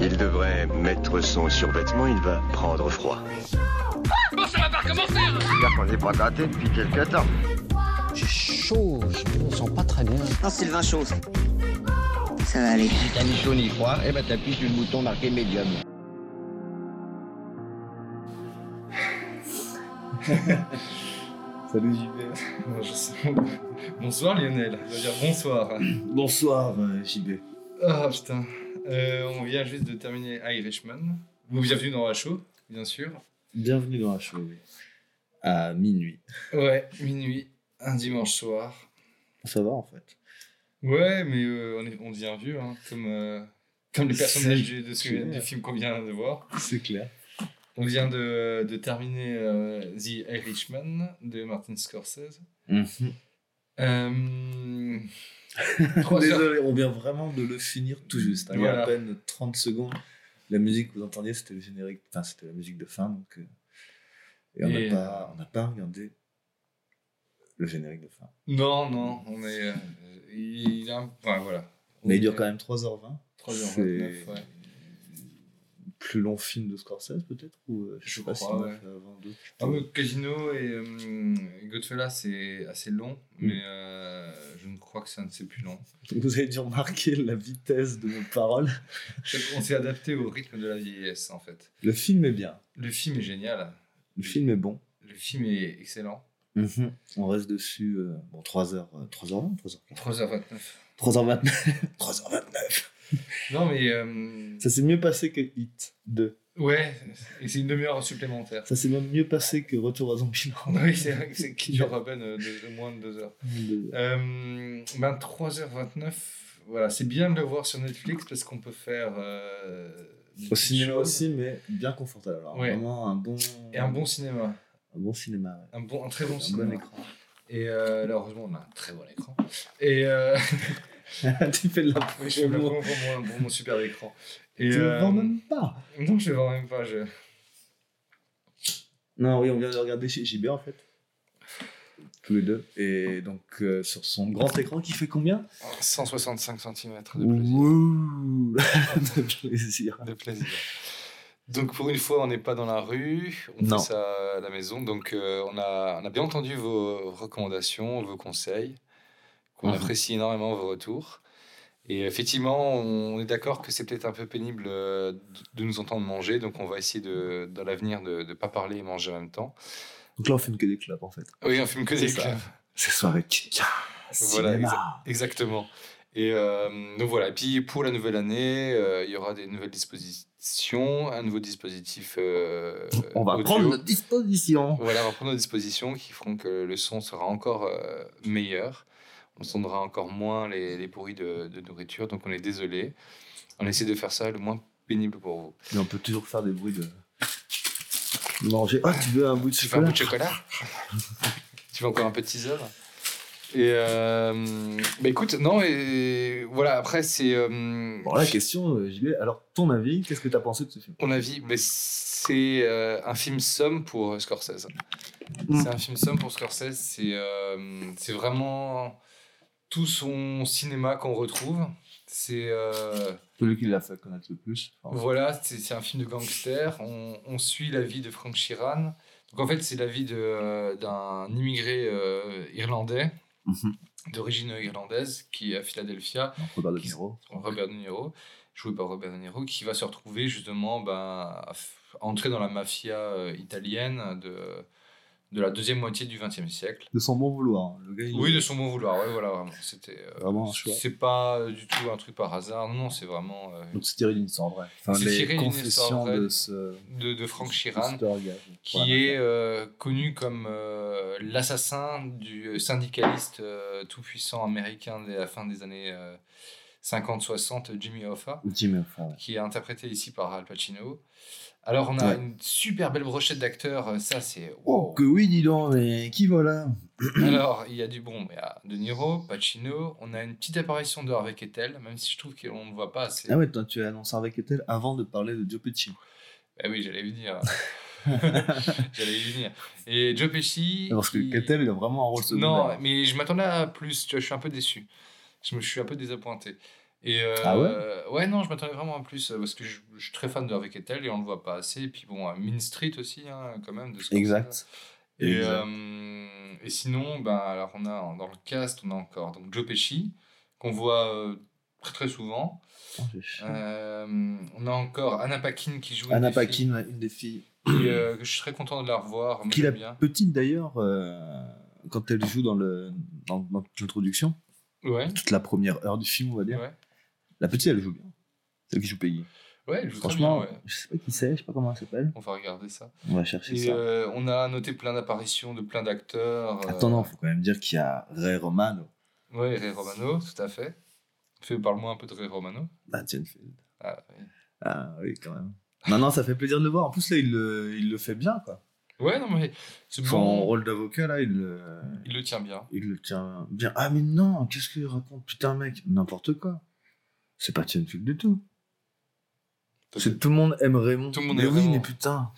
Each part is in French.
Il devrait mettre son survêtement, il va prendre froid. Bon, ça va pas recommencer hein J'espère qu'on n'est pas daté depuis quelques temps. J'ai chaud, je me sens pas très bien. Non, Sylvain, chose. Ça va aller. Si t'as ni chaud ni froid, eh ben t'appuies sur le bouton marqué médium. Salut JB. Non, je sais. Bonsoir Lionel, je veux dire bonsoir. Bonsoir euh, JB. Ah putain, Euh, on vient juste de terminer Irishman. Vous bienvenue dans la show, bien sûr. Bienvenue dans la show, oui. À minuit. Ouais, minuit, un dimanche soir. Ça va en fait. Ouais, mais euh, on, est- on devient vieux, hein, comme, euh, comme les personnages du, de ce- C'est clair. du film qu'on vient de voir. C'est clair. On vient de, de terminer euh, The Irishman de Martin Scorsese. Mhm. Euh, trois heures- Désolé, on vient vraiment de le finir tout juste. hein. Il y a Voilà. à peine 30 secondes. La musique que vous entendiez, c'était le générique. Enfin, c'était la musique de fin. Donc, euh, Et on n'a Et- pas, on n'a pas regardé le générique de fin. Non, non, on est. euh, il, il a un- ouais, voilà. Mais il dure quand même 3h20. 3h29, C'est- ouais. Plus long film de Scorsese, peut-être Ou euh, je Je sais pas si crois, on a ouais. fait avant d'autres. Ah oui, Casino et euh, Godfella, c'est assez long, Mm. mais euh, je ne crois que c'est un de ses plus longs. Vous avez dû remarquer la vitesse de nos paroles. On s'est adapté au rythme de la vieillesse, en fait. Le film est bien. Le film est génial, Le film est bon. le film est excellent. Mm-hmm. On reste dessus. euh, bon, 3h, 3h20, 3h40. 3h29. 3h29. 3h29. Non, mais. euh, Ça s'est mieux passé que Hit 2. ouais, et c'est une demi-heure supplémentaire. Ça s'est même mieux passé que Retour à Zombieland. Oui, c'est vrai que c'est qui dure à peine euh, deux- moins de deux heures. Euh, ben 3h29, voilà, c'est bien de le voir sur Netflix parce qu'on peut faire. euh, des Au petites cinéma choses. aussi, mais bien confortable. Alors, Ouais. vraiment un bon, Et un bon cinéma. un bon cinéma. ouais. Un, bon, un très bon Un cinéma. bon écran. Et euh, là, heureusement, on a un très bon écran. Et euh, tu fais de la oui, je fais le promo. promo pour, mon, pour mon superbe écran. Et, Tu euh, ne vends même pas. Non, je ne vends même pas. Je... Non, oui, on vient de regarder chez JB en fait. Tous les deux. Et donc euh, sur son grand écran qui fait combien 165 cm de plaisir. Wouh De plaisir. De plaisir. Donc pour une fois, on n'est pas dans la rue, on Non. fait ça à la maison. Donc euh, on, a, on a bien entendu vos recommandations, vos conseils, qu'on Mhm. apprécie énormément vos retours. Et effectivement, on est d'accord que c'est peut-être un peu pénible euh, de nous entendre manger, donc on va essayer de, dans l'avenir de ne pas parler et manger en même temps. Donc là on filme que des clubs en fait. Oui, on filme que C'est des ça. clubs. C'est soirée Kika. Voilà, Exactement. Et euh, donc voilà. Et puis pour la nouvelle année, euh, il y aura des nouvelles dispositions, un nouveau dispositif. euh, On va audio. prendre notre disposition. Voilà, on va prendre nos dispositions qui feront que le son sera encore euh, meilleur. On sondera encore moins les, les pourris de, de nourriture. Donc on est désolé. On essaie de faire ça le moins pénible pour vous. Mais on peut toujours faire des bruits de. Manger. Ah, tu veux un bout de Tu fais un bout chocolat de chocolat Tu veux encore un peu de teaser Et euh, bah écoute, non, et voilà, après c'est. euh, Bon, la question, euh, JB, alors ton avis, qu'est-ce que t'as pensé de ce film Mon avis, mais c'est euh, un film somme pour euh, Scorsese. Mm. C'est un film somme pour Scorsese. C'est euh, c'est vraiment tout son cinéma qu'on retrouve. C'est euh, Celui qui l'a fait connaître le plus. voilà, c'est c'est un film de gangster. On, on suit la vie de Frank Sheeran. Donc en fait, c'est la vie de, euh, d'un immigré euh, irlandais Mhm. d'origine irlandaise qui est à Philadelphia Robert De Niro. Robert De Niro, joué par Robert De Niro, qui va se retrouver justement ben, à f- à entrer dans la mafia euh, italienne de, de la deuxième moitié du XXe siècle. De son bon vouloir. hein. Le gars, il- Oui, de son bon vouloir, ouais, voilà, vraiment. C'était. euh, Vraiment un choix. c'est pas euh, du tout un truc par hasard, non, c'est vraiment euh, Donc c'est tiré d'une histoire vraie. Enfin, C'est tiré les d'une histoire confessions vraie. de ce. de, de Frank de Sheeran, ce gars. qui Voilà. est euh, connu comme euh, l'assassin du syndicaliste euh, tout-puissant américain dès la fin des années 50-60, Jimmy Hoffa. Jimmy Hoffa, ouais. qui est interprété ici par Al Pacino. Alors, on a Ouais. une super belle brochette d'acteurs, euh, ça c'est. Oh, wow. que oui, dis donc, mais qui voilà Alors, il y a du bon, mais à De Niro, Pacino, on a une petite apparition de Harvey Keitel, même si je trouve qu'on ne voit pas assez. Ah ouais, toi, tu as annoncé avec Etel avant de parler de Joe Pesci. Ah oui, j'allais y venir. j'allais y venir. Et Joe Pesci. Parce que qui- Kettel, il a vraiment un rôle secondaire. Non, mais je m'attendais à plus, tu vois, je suis un peu déçu. Je me je suis un peu désappointé. Et euh, Ah ouais euh, Ouais, non, je m'attendais vraiment à plus euh, parce que je, je suis très fan de Harvey Keitel et on le voit pas assez. Et puis bon, à Mean Street aussi, hein, quand même. De Scorsese. Exact. Et, Exact. euh, et sinon, ben, alors on a dans le cast, on a encore donc Joe Pesci qu'on voit euh, très très souvent. Euh, on a encore Anna Paquin qui joue. une Anna des filles Paquin, ouais, une des filles. qui, euh, que je suis très content de la revoir. mais Qui la j'aime bien. petite d'ailleurs, euh, quand elle joue dans le dans, dans toute l'introduction, Ouais. toute la première heure du film, on va dire. Ouais. La petite, elle joue bien. Celle qui joue Peggy. Ouais, elle joue très Franchement, bien, ouais. je sais pas qui c'est, je sais pas comment elle s'appelle. On va regarder ça. On va chercher Et ça. euh, on a noté plein d'apparitions de plein d'acteurs. euh, Attends, non, faut quand même dire qu'il y a Ray Romano, Ouais, Ray Romano, tout à fait. Fais- Parle-moi un peu de Ray Romano. Matt Jenfield. Ah, oui. Bah, Ah oui, quand même. Non, non, ça fait plaisir de le voir. En plus, là, il le, il le fait bien, quoi. Ouais, non, mais c'est Son bon. rôle d'avocat, là, il le, Il le tient bien. il le tient bien. Ah, mais non, qu'est-ce qu'il raconte Putain, mec, n'importe quoi. C'est pas Tienfield du tout. C'est tout le monde aime Raymond. Tout le monde mais aime oui, Raymond. mais putain.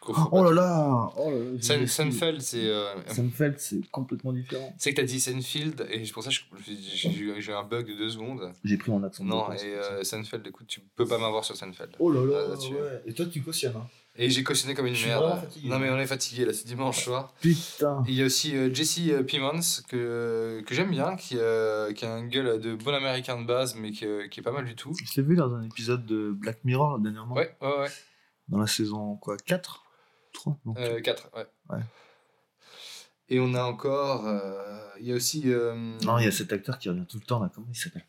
Confond Oh pas là là, oh là là, tout. Sen- j'ai- Seinfeld, c'est. euh, Seinfeld, c'est complètement différent. C'est que t'as dit Seinfeld, et c'est pour ça que je- j'ai j'ai- j'ai eu un bug de deux secondes. J'ai pris mon accent. Non, breton, c'est et pour ça. euh, Seinfeld, écoute, tu peux pas m'avoir sur Seinfeld. Oh là Ah, là, là-dessus. ouais. Et toi, tu cautionnes, hein. Et j'ai cautionné comme une Je suis merde. vraiment fatigué. Non, mais on est fatigué là, c'est dimanche soir. Putain. Et Il y a aussi euh, Jesse euh, Plemons, que, que j'aime bien, qui, euh, qui a un gueule de bon américain de base, mais que- qui est pas mal du tout. Je l'ai vu dans un épisode de Black Mirror, là, dernièrement. Ouais, ouais, ouais. Dans la saison, quoi, 4 3 non. 4, euh, ouais. Ouais. Et on a encore. euh, Il y a aussi. euh, Non, il y a cet acteur qui revient tout le temps, là. Comment il s'appelle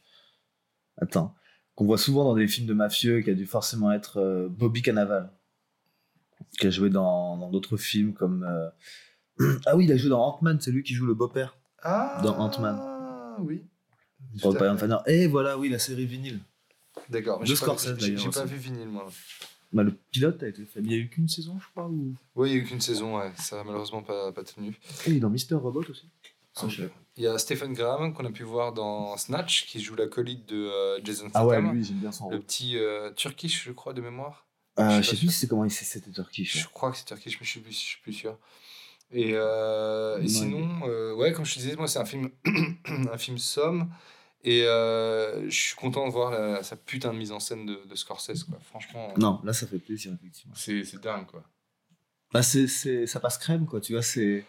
Attends. Qu'on voit souvent dans des films de mafieux, qui a dû forcément être euh, Bobby Cannavale. Qui a joué dans dans d'autres films comme. euh, Ah oui, il a joué dans Ant-Man, c'est lui qui joue le beau-père. Ah, dans Ant-Man. Ah, oui. Tout à Pour Brian fait. Fanner. Et voilà, oui, la série vinyle. D'accord. mais De j'ai pas vu- Scorsese, J'ai d'ailleurs, j'ai pas aussi. vu Vinyl, moi. Bah, le pilote a été fait. mais Il y a eu qu'une saison, je crois. Ou... Oui, il y a eu qu'une saison, ouais. Ça a malheureusement pas, pas tenu. Et il est dans Mister Robot aussi. Ah, je- Il y a Stephen Graham qu'on a pu voir dans Snatch, qui joue l'acolyte de euh, Jason Ah Statham. ouais, lui, j'aime bien son Le rôle. petit euh, Turkish, je crois, de mémoire. Euh, je je sais sais plus pas sûr. si c'est comment il s'est c'était Turkish. Je crois que c'est Turkish, mais je suis plus, je suis plus sûr. Et, euh, et Ouais. sinon, euh, ouais, comme je te disais, moi, c'est un film, un film somme. Et euh, je suis content de voir la- sa putain de mise en scène de, de Scorsese, quoi. Franchement, Non, là, ça fait plaisir, effectivement. c'est c'est dingue, quoi. Bah, c'est, c'est, ça passe crème, quoi. Tu vois, c'est.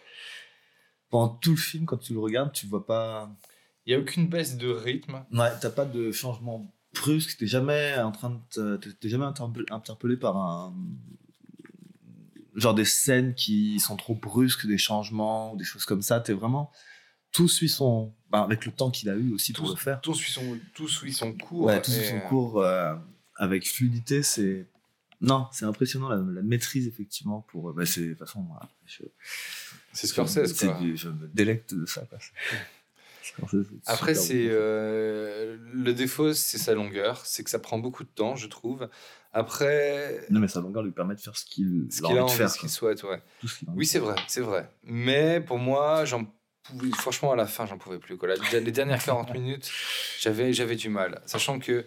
Pendant tout le film, quand tu le regardes, tu vois pas. Il n'y a aucune baisse de rythme. Ouais, t'as pas de changement brusque. T'es jamais en train de. te- T'es, t'es jamais interpe- interpellé par un. Genre des scènes qui sont trop brusques, des changements, ou des choses comme ça. T'es vraiment. Tout suit son. bah, avec le temps qu'il a eu aussi pour Tout- le faire. Tous suit son, tout suit son cours. Ouais, tout et- son cours euh, avec fluidité, c'est. Non, c'est impressionnant la, la maîtrise, effectivement. Pour, euh, bah, c'est, de toute façon, moi, je, C'est Scorsese, c'est quoi. du- je me délecte de ça. quoi. Scorsese, c'est Après, super c'est bon. euh, le défaut, c'est sa longueur, c'est que ça prend beaucoup de temps, je trouve. Après, Non, mais sa longueur lui permet de faire ce qu'il ce Bah, a qu'il a envie de envie, faire. ce qu'il quoi. souhaite, ouais. Tout ce qu'il a envie. Oui, c'est vrai, c'est vrai. Mais pour moi, j'en pouvais- franchement, à la fin, j'en pouvais plus. Quoi. La- les dernières 40 minutes, j'avais, j'avais du mal. Sachant que euh,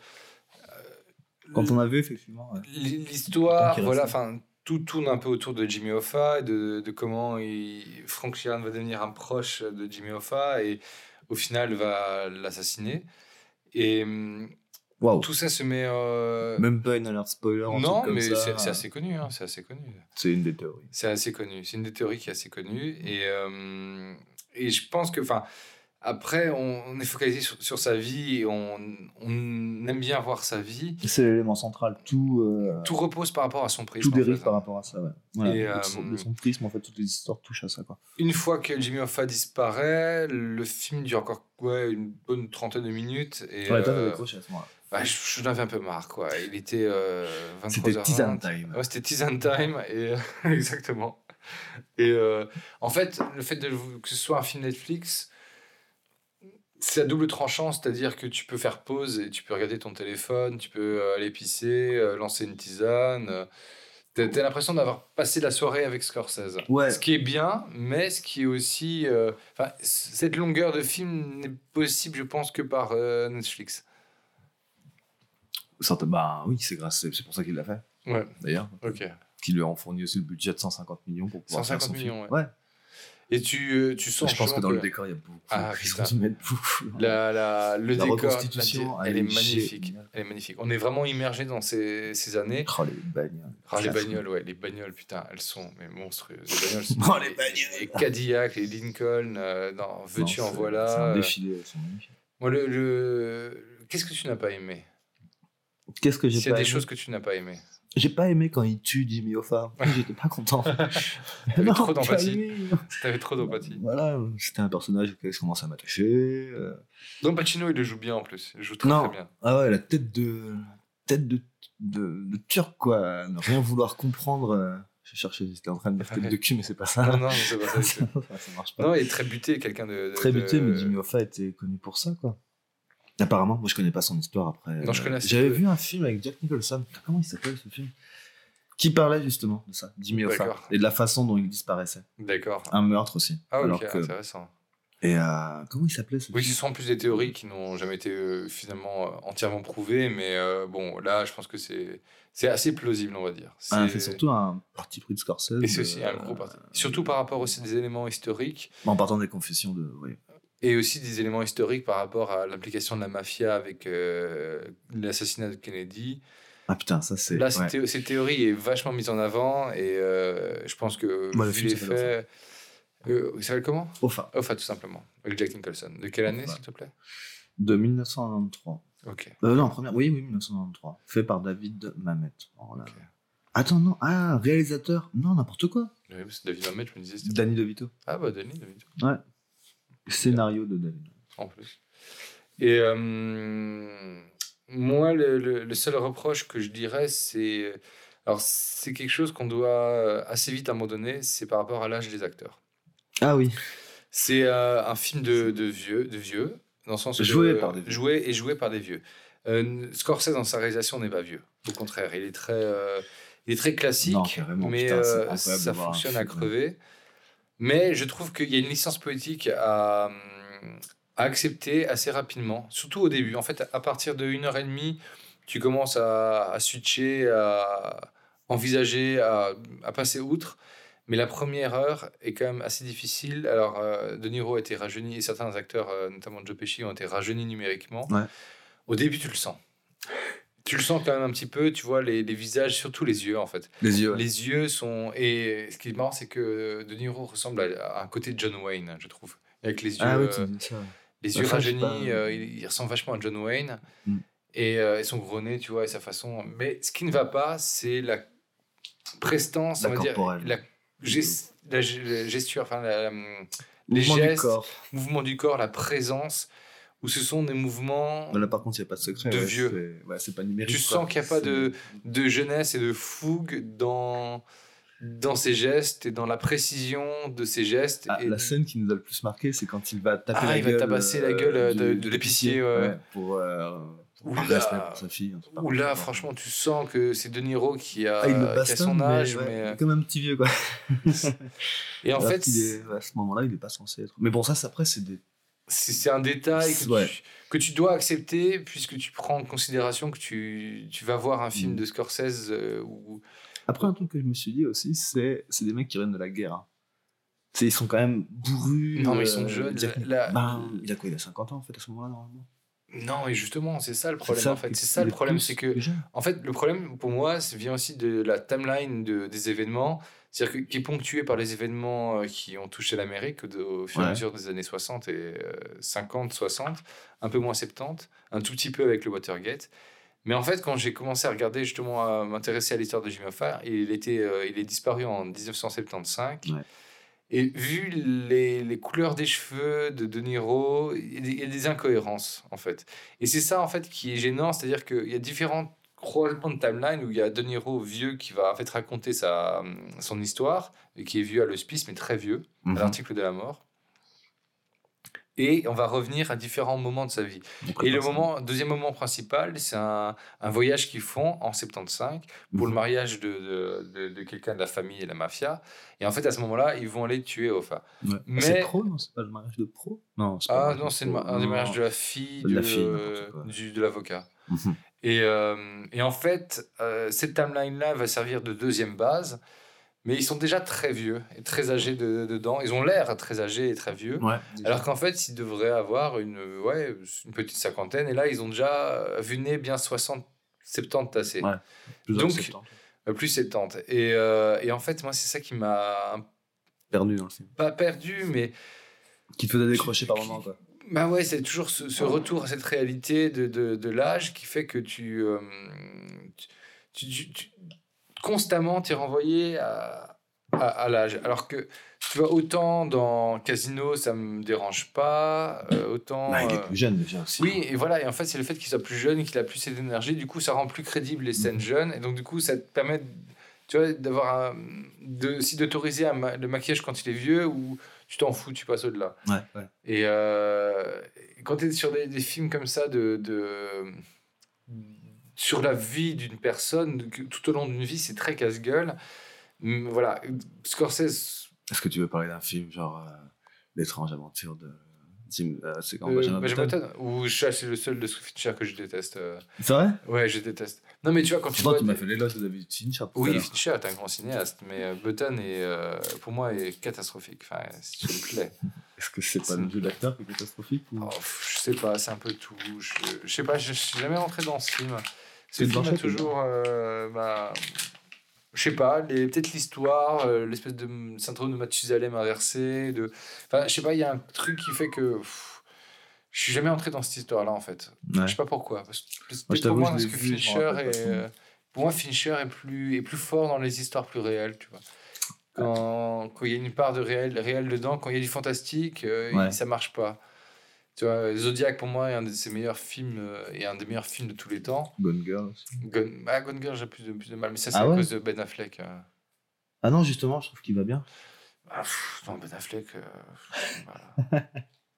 Quand on a vu, effectivement. euh, ouais. l- Tant l'histoire, qu'il voilà, reste. enfin, tout tourne un peu autour de Jimmy Hoffa, et de, de comment il, Frank Sheeran va devenir un proche de Jimmy Hoffa et au final va l'assassiner. Et hum, Waouh! tout ça se met. euh, Même pas une alerte spoiler. un non, truc comme mais ça. euh, c'est, c'est assez connu, hein, c'est assez connu. C'est une des théories. C'est assez connu. C'est une des théories qui est assez connue. Et, euh, et je pense que, enfin, après, on, on est focalisé sur, sur sa vie et on, on aime bien voir sa vie. C'est l'élément central. Tout, euh, Tout repose par rapport à son prisme. tout en fait, dérive hein. par rapport à ça. Ouais. Voilà. Et, de, son, euh, de son prisme, en fait, toutes les histoires touchent à ça. Quoi. Une fois que Jimmy Hoffa disparaît, le film dure encore ouais, une bonne trentaine de minutes. Et, Ouais, toi, t'as euh, décroché à ce moment-là. bah, je- j'en avais un peu marre, quoi. Il était euh, 23h20. C'était Tisan Time. Ouais, c'était Tisan Time, et euh, exactement. Et euh, en fait, le fait de, que ce soit un film Netflix, c'est à double tranchant, c'est-à-dire que tu peux faire pause et tu peux regarder ton téléphone, tu peux euh, aller pisser, euh, lancer une tisane. euh, T'as t'as l'impression d'avoir passé la soirée avec Scorsese. Ouais. Ce qui est bien, mais ce qui est aussi. euh, Enfin, c- cette longueur de film n'est possible, je pense, que par euh, Netflix. Certain- Bah oui, c'est grâce, c'est c'est pour ça qu'il l'a fait. Ouais. D'ailleurs, Ok. qui lui ont fourni aussi le budget de 150 millions pour pouvoir 150 faire son film. millions, ouais. Et tu, euh, tu sens. Je pense que justement dans le décor, il y a beaucoup. Ah, ils putain. ont dû mettre beaucoup. La, la- le La décor, reconstitution, la- elle, est elle est magnifique. géniale. Elle est magnifique. On est vraiment immergé dans ces, ces années. Oh, les bagnoles. Ah, les Ça, bagnoles, ouais, les bagnoles, putain, elles sont mais monstrueuses. Les bagnoles, sont- Oh, les bagnoles. les Cadillac, les Lincoln, euh, non, c'est- veux-tu en c'est- C'est un voilà. euh, défilé. elles sont magnifiques. Moi, le, le- qu'est-ce que tu n'as pas aimé Qu'est-ce que j'ai S'il y a pas des aimé choses que tu n'as pas aimé. J'ai pas aimé quand il tue Jimmy Hoffa. J'étais pas content. T'avais trop pas d'empathie. aimé. T'avais trop d'empathie. Voilà, c'était un personnage auquel je commençais à m'attacher. euh. Don Pacino, il le joue bien en plus. Il joue très Non. très bien. Ah ouais, la tête de. Tête de, de, de turc, quoi. Ne rien vouloir comprendre. euh. Je cherchais, j'étais en train de dire tête de cul, mais c'est pas ça. Non, non, mais c'est pas ça. du tout. ça marche pas. Non, il est très buté, quelqu'un de, de- Très buté, de- mais Jimmy Hoffa était connu pour ça, quoi. Apparemment, moi je connais pas son histoire après. Non, je connais assez J'avais peu. vu un film avec Jack Nicholson. Putain, Comment il s'appelle ce film Qui parlait justement de ça, Jimmy Hoffa, D'accord. et de la façon dont il disparaissait. D'accord. Un meurtre aussi. Ah, ok, Alors que- intéressant. Et euh, comment il s'appelait ce Oui, ce film sont en plus des théories qui n'ont jamais été euh, finalement euh, entièrement prouvées, mais euh, bon, là, je pense que c'est c'est assez plausible, on va dire. Ah, C'est- C'est surtout un parti pris de Scorsese. Et c'est aussi un euh, gros parti. Surtout par rapport aussi des éléments historiques En partant des confessions de. Oui. et aussi des éléments historiques par rapport à l'implication de la mafia avec euh, l'assassinat de Kennedy. Ah putain, ça c'est. Là, ouais. cette, thé- cette théorie est vachement mise en avant et euh, je pense que Bah, le vu film les s'appelle faits. Euh, il s'appelle comment Oh, Enfin, Enfin, tout simplement. Avec Jack Nicholson. De quelle année, Hoffa. s'il te plaît de 1993. Ok. Euh, non, première. Oui, oui, 1993. Fait par David Mamet. Alors là- Ok. Attends, non. Ah, réalisateur. Non, n'importe quoi. Oui, parce que David Mamet, je me disais. c'était- Danny DeVito. Ah, bah, Danny, David. Scénario de David. en plus. Et euh, moi, le, le- le seul reproche que je dirais, c'est. Alors, c'est quelque chose qu'on doit euh, assez vite abandonner, c'est par rapport à l'âge des acteurs. Ah oui. C'est euh, un film de, de vieux, de vieux, dans le sens où Joué par des vieux. joué et joué par des vieux. Euh, Scorsese dans sa réalisation n'est pas vieux, au contraire, il est très, euh, il est très classique, Non, carrément, mais putain, c'est euh, incroyable ça de voir un fonctionne film, euh. à ouais. crever. Mais je trouve qu'il y a une licence poétique à, hum, à accepter assez rapidement, surtout au début. En fait, à partir de 1h30, tu commences à, à switcher, à envisager, à, à passer outre. Mais la première heure est quand même assez difficile. Alors, euh, De Niro a été rajeuni et certains acteurs, euh, notamment Joe Pesci, ont été rajeunis numériquement. Ouais. Au début, tu le sens. Tu le sens quand même un petit peu. Tu vois les, les visages, surtout les yeux, en fait. Les yeux. Les yeux sont. Et ce qui est marrant, c'est que De Niro ressemble à, à un côté de John Wayne, je trouve. Avec les yeux, Ah oui, tu euh, dis ça. les Ça, yeux ça, je sais rajeunis, pas. euh, il, il ressemble vachement à John Wayne. Mm. Et, euh, et son gros nez, tu vois, et sa façon. Mais ce qui ne va pas, c'est la prestance, La on va dire, corporelle. la, gest- la ge- la gesture, enfin, la- la- les Mouvement gestes, du corps. mouvement du corps, la présence, où ce sont des mouvements Là, par contre, il n'y a pas de secret. De ouais, vieux. c'est- Ouais, c'est pas numérique. Tu quoi. sens qu'il n'y a pas C'est- de, de jeunesse et de fougue dans, dans ses gestes et dans la précision de ses gestes. Ah, et la scène qui nous a le plus marqué, c'est quand il va taper Ah, la il va gueule. tabasser la gueule, euh, de- de l'épicier, ouais. pour, euh, pour Oula. un respect pour sa fille. hein, Où là, franchement, tu sens que c'est De Niro qui a, Ah, il le qui a bastonne, son âge. mais, ouais, mais, euh, il est comme un petit vieux, quoi. Et en Alors fait, qu'il est- à ce moment-là, il n'est pas censé être. Mais bon, ça, c'est- après, c'est des. c'est c'est un détail que, Ouais. tu, que tu dois accepter puisque tu prends en considération que tu, tu vas voir un film Mm. de Scorsese euh, où Après, un truc que je me suis dit aussi, c'est c'est des mecs qui viennent de la guerre. hein. C'est- Ils sont quand même bourrus. Non, mais ils euh, sont jeunes, Jack- la- Ben, il a quoi Il a 50 ans, en fait, à ce moment-là, normalement. non et justement c'est ça le problème en fait qui- c'est ça le les problème pousse c'est que déjà. en fait le problème pour moi c'est- vient aussi de la timeline de- des événements c'est-à-dire que- qui est ponctuée par les événements euh, qui ont touché l'Amérique au, au fur et à Ouais. mesure des années 60 et euh, 50 60 un peu moins 70 un tout petit peu avec le Watergate Mais en fait, quand j'ai commencé à regarder, justement, à m'intéresser à l'histoire de Jimmy Hoffa, il, était, euh, il est disparu en 1975. Ouais. Et vu les, les couleurs des cheveux de De Niro, il y a des- il y a des incohérences, en fait. Et c'est ça, en fait, qui est gênant. C'est-à-dire qu'il y a différents croisements de timeline où il y a De Niro vieux qui va en fait raconter sa, euh, son histoire, et qui est vieux à l'hospice, mais très vieux à Mhm. l'article de la mort. Et on va revenir à différents moments de sa vie. Donc, Et le personne- moment, deuxième moment principal, c'est un, un voyage qu'ils font en 75 pour le Mhm. mariage de, de, de- de quelqu'un de la famille et la mafia. Et en fait, à ce moment-là, ils vont aller tuer Hoffa. Ouais. Mais- C'est pro, non C'est pas le mariage de pro Non, c'est pas Ah mariage non, de c'est le, pro. ma- un des Non. mariages de la fille, De la de- fille, n'importe quoi. du- de l'avocat. Mhm. Et, euh, et en fait, euh, cette timeline-là va servir de deuxième base. mais ils sont déjà très vieux et très âgés de- dedans. Ils ont l'air très âgés et très vieux. Ouais. Alors qu'en fait, ils devraient avoir une, euh, ouais, une petite cinquantaine. Et là, ils ont déjà euh, vu nez bien 60, 70 tassés. Ouais. Plus donc- acceptant. Euh, Plus 70. Et, euh, et en fait, moi, c'est ça qui m'a un- perdu dans le film. pas perdu, mais Qui te faisait décrocher par moment, quoi. bah ouais, c'est toujours ce, ce retour à cette réalité de, de, de l'âge qui fait que tu, euh, tu, tu- tu- tu- constamment t'es renvoyé à, à, à l'âge. Alors que tu vois, autant dans Casino, ça me dérange pas, euh, autant. Ouais, Bah, il euh, est plus jeune déjà aussi. Oui, et voilà, et en fait, c'est le fait qu'il soit plus jeune, qu'il a plus cette énergie, du coup, ça rend plus crédible les Mmh. scènes jeunes, et donc, du coup, ça te permet, tu vois, d'avoir un. De, aussi d'autoriser un ma- le maquillage quand il est vieux, ou tu t'en fous, tu passes au-delà. Ouais, ouais. Et euh, et quand tu es sur des, des films comme ça, de. de- sur la vie d'une personne, que tout au long d'une vie, c'est très casse-gueule. Mm, Voilà, Scorsese. Est-ce que tu veux parler d'un film genre euh, L'étrange aventure de Jim euh, C'est quand euh, Benjamin Benjamin Button Button, ou Chat, c'est le seul de ce Fincher que je déteste. euh. C'est vrai Ouais, je déteste. Non, mais tu vois, quand tu Pourtant, vois. tu m'as des- fait l'éloge de David Fincher. tout à Oui, l'heure. Fincher est un grand cinéaste, mais euh, Button est, euh, pour moi est catastrophique. Enfin, s'il te plaît. Est-ce que c'est pas le jeu d'acteur qui est catastrophique ou... Oh, pff, je sais pas, c'est un peu tout. Je, je sais pas, je, je suis jamais rentré dans ce film. C'est Ce film a Blanchett, toujours. euh, bah, je sais pas, les- peut-être l'histoire, euh, l'espèce de m- syndrome de Mathusalem inversé. De... Enfin, je sais pas, il y a un truc qui fait que. pff, je suis jamais entré dans cette histoire-là en fait. Ouais. Je sais pas pourquoi. Parce que, parce que Moi, je pour t'avoue, moi, je parce l'ai que vu, je m'en Fincher rappelle est, pas. euh, pour moi, Fincher est plus, est plus fort dans les histoires plus réelles, tu vois. Quand quand il y a une part de réel, réel dedans, quand il y a du fantastique, euh, Ouais. il- ça marche pas. Tu vois, Zodiac pour moi est un de ses meilleurs films euh, et un des meilleurs films de tous les temps. Gone Girl aussi. Gone, ah, Gone Girl, j'ai plus de, plus de mal, mais ça c'est Ah à ouais cause de Ben Affleck. euh. Ah non, justement, je trouve qu'il va bien. Ah, pff, non, Ben Affleck. euh, pff, voilà.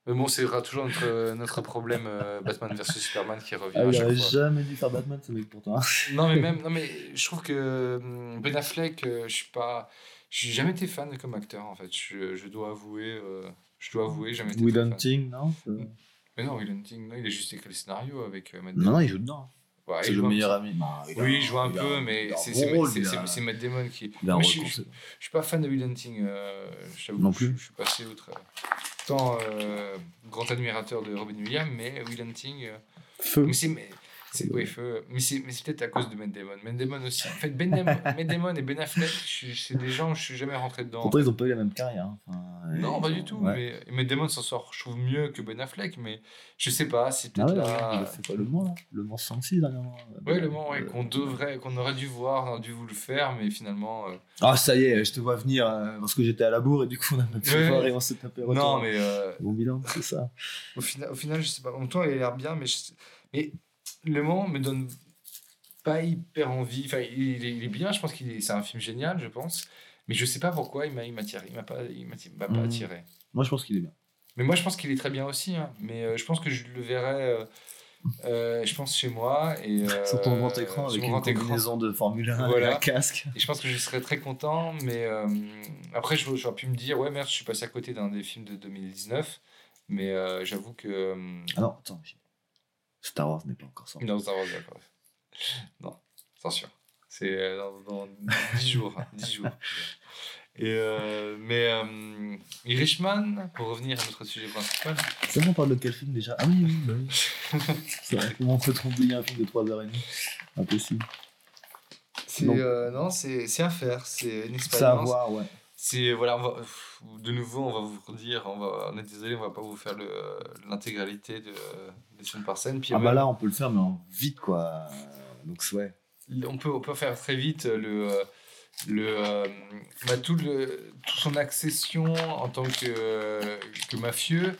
mais bon, c'est toujours notre, notre problème euh, Batman vs Superman qui revient. Ah, à il chaque aurait fois. jamais dû faire Batman, ce mec, pourtant. Non mais même, non mais je trouve que hum, Ben Affleck, euh, je suis pas, j'ai jamais été fan comme acteur en fait. Je, je dois avouer, euh, je dois avouer, j'ai jamais été Will très fan. Hunting, non c'est- Mais non, Will Hunting, non, il a juste écrit le scénario avec euh, Matt Non, Damon. non, il joue dedans. Ouais, C'est il le joue un meilleur ami. Non, petit- il a- Oui, il joue un il a peu, un- il mais a un c'est bon c'est- rôle, c'est- il a- c'est- c'est Matt Damon qui. Il a un rôle Mais je, suis- concept. je suis pas fan de Will Hunting, euh, je t'avoue, Non plus. Je, je suis passé au travers. Tant euh, grand admirateur de Robin Williams, mais Will Hunting. euh, Feu. mais c'est, mais, c'est, oui, feu. Mais c'est, mais c'est peut-être à cause de Ben Damon. Ben Damon aussi. En fait, Ben Damon, Ben Damon et Ben Affleck, je suis- c'est des gens où je suis jamais rentré dedans. Pourtant, ils ont pas eu la même carrière. hein. Enfin, non, ils pas ont- du tout. Ouais. Mais, mais Damon s'en sort, je trouve, mieux que Ben Affleck. Mais je sais pas, c'est Ah peut-être ouais, là. il a fait pas le Mans, là. Le Mans 106, dernièrement. Ouais, le moment ouais, Euh, qu'on devrait, qu'on aurait dû voir, on aurait dû vous le faire, mais finalement. euh, Ah, ça y est, je te vois venir euh, parce que j'étais à la bourre et du coup, on a même pu Ouais. voir et on s'est tapé retour. Non, mais euh, Bon bilan, c'est ça. au, final, au final, je sais pas. En même temps, il a l'air bien, mais, je- mais le moment me donne pas hyper envie. Enfin, il est, il est bien, je pense qu'il est, c'est un film génial, je pense. Mais je sais pas pourquoi il m'a, il m'attire, il m'a pas, il m'attire- m'a pas Mhm. attiré. Moi, je pense qu'il est bien. Mais moi, je pense qu'il est très bien aussi. hein. Mais euh, je pense que je le verrai, euh, euh, je pense, chez moi. Et, euh, sur ton grand écran sur avec mon une grand écran. combinaison de Formule 1 Voilà. et un casque. Et je pense que je serais très content, mais euh, après, je- j'aurais pu me dire, ouais, merde, je suis passé à côté d'un des films de 2019, mais euh, j'avoue que. euh, Ah non, attends. j'ai- Star Wars n'est pas encore sorti. non, Star Wars, d'accord. Non, attention. C'est euh, dans, dans 10 jours. hein, 10 jours. Et, euh, mais euh, Irishman, pour revenir à notre sujet principal, C'est bon, on parle de quel film déjà Ah oui, oui, bah oui. c'est vrai. Comment on peut tromper un film de 3h30 Impossible. c'est Non. euh, non, c'est c'est à faire, c'est une C'est à expérience. voir, ouais. C'est voilà, on va- pff, de nouveau, on va vous dire, on, va, on est désolé, on va pas vous faire le, euh, l'intégralité de, des scènes par scène. Puis Ah euh, bah là, on peut le faire, mais en vite, quoi. Donc, ouais. on peut, on peut faire très vite euh, le, euh, le, euh, bah, tout, le, tout son accession en tant que, euh, que mafieux.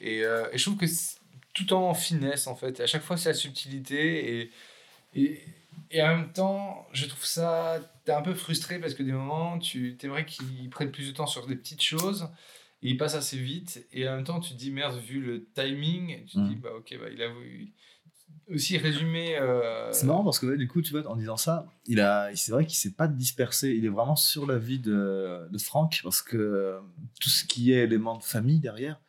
Et, euh, et je trouve que c'est- tout en finesse, en fait, à chaque fois, c'est la subtilité. Et, et, et en même temps, je trouve ça. T'es un peu frustré parce que des moments, tu t'aimerais qu'ils prennent plus de temps sur des petites choses. Et ils passent assez vite. Et en même temps, tu te dis merde, vu le timing, tu te Mhm. dis bah ok, bah, il a voulu. Aussi résumé. euh, C'est marrant parce que ouais, du coup, tu vois, en disant ça, il a, c'est vrai qu'il s'est pas dispersé. Il est vraiment sur la vie de, de Franck parce que euh, tout ce qui est élément de famille derrière,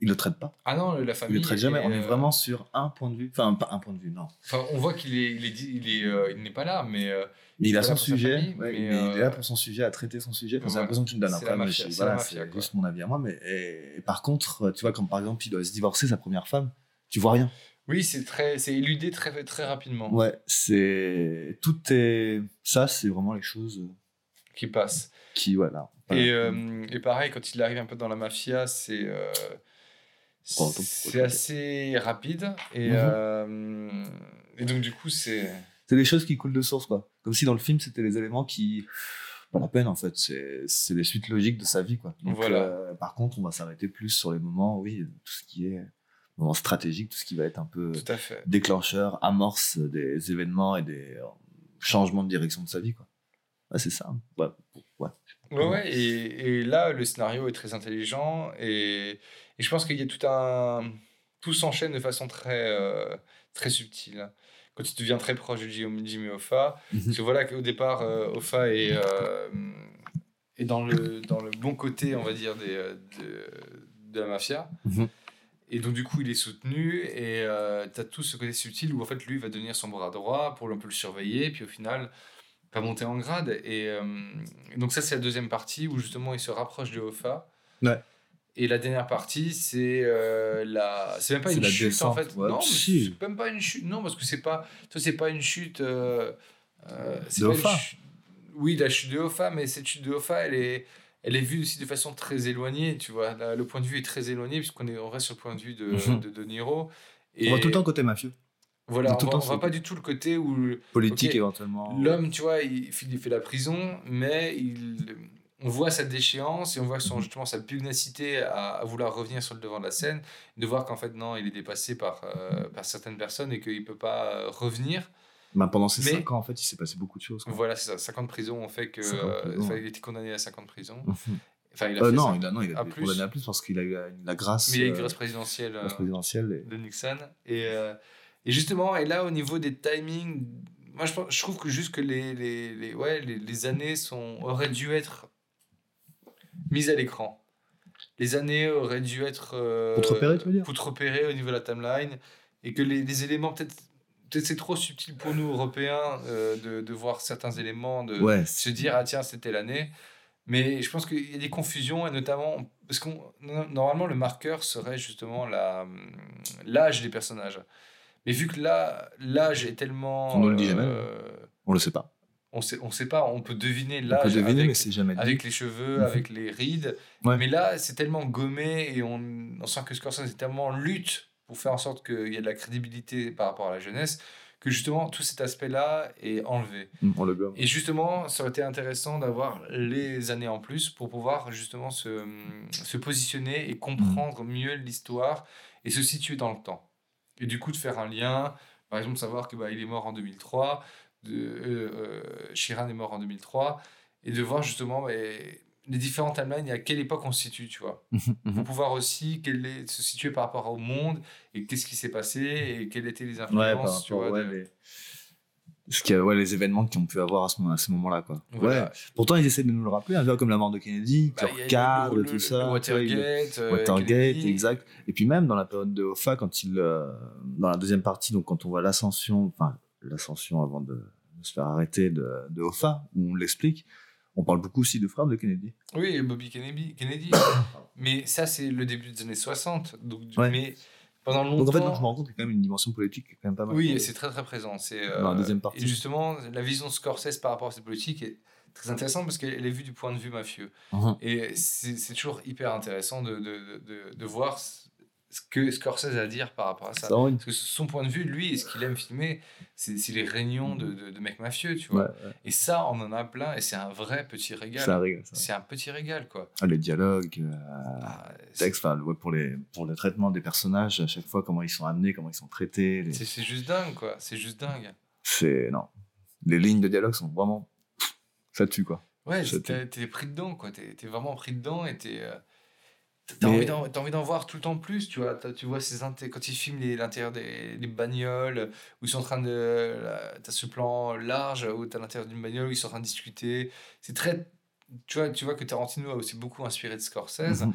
il le traite pas. Ah non, la Il famille. le traite jamais. est, On est euh, vraiment sur un point de vue. Enfin, pas un point de vue, non. Enfin, on voit qu'il est, il est, dit- il est, euh, il n'est pas là, mais euh, Mais il a son Voilà pour sa sujet, famille, ouais, mais, mais il est euh, là pour son sujet, à traiter son sujet. Enfin, c'est voilà. l'impression que tu me donnes C'est la après. mais mafia, je- c'est voilà, la c'est mafia, quoi. juste mon avis à moi. Mais et- et par contre, tu vois, quand par exemple il doit se divorcer sa première femme, tu vois rien. oui, c'est très, c'est éludé très, très rapidement. Ouais, c'est tout est ça, c'est vraiment les choses Qui passe. qui voilà. Voilà. Et, euh, et pareil, quand il arrive un peu dans la mafia, c'est euh, Pardon, c'est Oh, ok. assez rapide. Et, Mhm. euh, et donc, du coup, c'est. C'est des choses qui coulent de source, quoi. Comme si dans le film, c'était des éléments qui. Pas la peine, en fait. C'est c'est les suites logiques de sa vie, quoi. Donc, Voilà. euh, par contre, on va s'arrêter plus sur les moments, oui, tout ce qui est. moments stratégiques, tout ce qui va être un peu Tout à fait. déclencheur, amorce des événements et des euh, changements de direction de sa vie, quoi. Ouais, c'est ça. hein. Ouais, ouais. Ouais, ouais, et, et là, le scénario est très intelligent et, et je pense qu'il y a tout un. Tout s'enchaîne de façon très, euh, très subtile. Quand tu deviens très proche de Jim- Jimmy Hoffa, Mhm. parce que voilà qu'au départ, euh, Hoffa est, euh, est dans, le, dans le bon côté, on va dire, des, euh, de, de la mafia. Mhm. Et donc, du coup, il est soutenu et tu as tout ce côté subtil où en fait, lui va devenir son bras droit pour un peu le surveiller, puis au final pas monter en grade. Et euh, donc ça, c'est la deuxième partie où justement il se rapproche de Hoffa. Ouais. Et la dernière partie, c'est euh, la. C'est même pas C'est une la chute en descente, fait. ouais. non, mais Si. c'est même pas une chute. Non, parce que c'est pas. Ça, c'est pas une chute. euh, euh, c'est De pas une Hoffa. chute- Oui, la chute de Hoffa, mais cette chute de Hoffa, elle est. Elle est vue aussi de façon très éloignée, tu vois. Là, le point de vue est très éloigné, puisqu'on est, on reste sur le point de vue de euh, Mhm. de, De Niro. Et On voit tout le temps côté mafieux. Voilà, tout le on temps, voit, on voit c'est- pas du tout le côté où Politique, Ok. éventuellement. L'homme, tu vois, il, il fait la prison, mais il, on voit sa déchéance et on voit Mhm. son, justement sa pugnacité à, à vouloir revenir sur le devant de la scène, de voir qu'en fait, non, il est dépassé par, euh, par certaines personnes et qu'il ne peut pas euh, revenir. Bah, pendant ces Mais- 5 ans, en fait, il s'est passé beaucoup de choses. quoi. Voilà, c'est ça. 50 prisons ont fait que. 50 euh, prisons, enfin, ouais. il était condamné à 50 prisons. Mhm. Enfin, il a Euh, fait non, 50, il a, non, il a à été plus. condamné à plus parce qu'il a eu la, la grâce, Mais il y a une euh, grâce présidentielle. grâce euh, présidentielle. et- de Nixon. Et, euh, et justement, et là, au niveau des timings, moi, je, pense- je trouve que juste que les, les, les- ouais, les, les années sont, auraient dû être mises à l'écran. Les années auraient dû être. euh, Poutre-pérées, tu veux dire poutre-pérées au niveau de la timeline. Et que les, les éléments, peut-être. Peut-être c'est trop subtil pour nous, Européens, euh, de, de voir certains éléments, de Ouais, se dire, ah tiens, c'était l'année. Mais je pense qu'il y a des confusions, et notamment parce qu'on no- normalement le marqueur serait justement la hum, l'âge des personnages. Mais vu que là l'âge est tellement euh, On nous le dit jamais. on le sait pas. on sait on sait pas, on peut deviner On peut l'âge deviner, mais avec, c'est jamais dit. avec les cheveux, Mhm. avec les rides. Ouais. Mais là c'est tellement gommé et on, on sent que Scorsese est tellement en lutte pour faire en sorte qu'il y ait de la crédibilité par rapport à la jeunesse que justement tout cet aspect là est enlevé. Mm, On le gomme. Et justement, ça aurait été intéressant d'avoir les années en plus pour pouvoir justement se, se positionner et comprendre mieux l'histoire et se situer dans le temps. Et du coup, de faire un lien, par exemple, savoir que bah, il est mort en 2003, de, euh, euh, Chiran est mort en 2003, et de voir justement bah, les différentes Allemagnes et à quelle époque on se situe, tu vois. Mmh Pour pouvoir aussi quel est- se situer par rapport au monde et qu'est-ce qui s'est passé et quelles étaient les Ouais, influences, par tu rapport, vois. ouais, de- les- Ce qui, ouais, les événements qui ont pu avoir à ce, moment- à ce moment-là, quoi. Voilà. Ouais. Pourtant, ils essaient de nous le rappeler, un verre comme la mort de Kennedy, Bah, il y a qui le- recadre, le- tout le ça. tu vois, Watergate, il- euh, Watergate, Kennedy. exact. Et puis même dans la période de Hoffa, quand il, euh, dans la deuxième partie, donc quand on voit l'ascension, enfin l'ascension avant de, de se faire arrêter de, de Hoffa, où on l'explique, on parle beaucoup aussi de frère de Kennedy. Oui, et Bobby Kennedy. Kennedy. mais ça, c'est le début des années 60. Donc, Ouais. Mais pendant longtemps. Donc en fait, non, je me rends compte qu'il y a quand même une dimension politique qui est quand même pas mal. oui, et c'est très très présent. C'est euh, Dans la deuxième partie. Et justement, la vision de Scorsese par rapport à cette politique est très intéressante parce qu'elle est vue du point de vue mafieux. Mhm. Et c'est c'est toujours hyper intéressant de, de, de, de- de voir ce ce que Scorsese a à dire par rapport à ça. C'est vraiment une- Parce que son point de vue, lui, et ce qu'il aime filmer, c'est c'est les réunions de, de, de mecs mafieux, tu vois. Ouais, ouais, Et ça, on en a plein, et c'est un vrai petit régal. c'est un régal, ça. C'est un petit régal, quoi. Ah, le dialogue, euh, Ah, c'est- texte, enfin, le- ouais, pour, les, pour le traitement des personnages, à chaque fois, comment ils sont amenés, comment ils sont traités. les- C'est c'est juste dingue, quoi. C'est juste dingue. C'est. Non. Les lignes de dialogue sont vraiment. pff, Ça tue, quoi. Ouais, Je t'es t'es pris dedans, quoi. T'es t'es vraiment pris dedans et t'es. euh, T'as Mais- envie d'en- t'as envie d'en voir tout le temps plus, tu vois. T'as- Tu vois ces inté- quand ils filment les- l'intérieur des, des bagnoles, où ils sont en train de. là, T'as ce plan large où t'as l'intérieur d'une bagnole, où ils sont en train de discuter. C'est très. Tu vois, tu vois que Tarantino a aussi beaucoup inspiré de Scorsese. Mhm.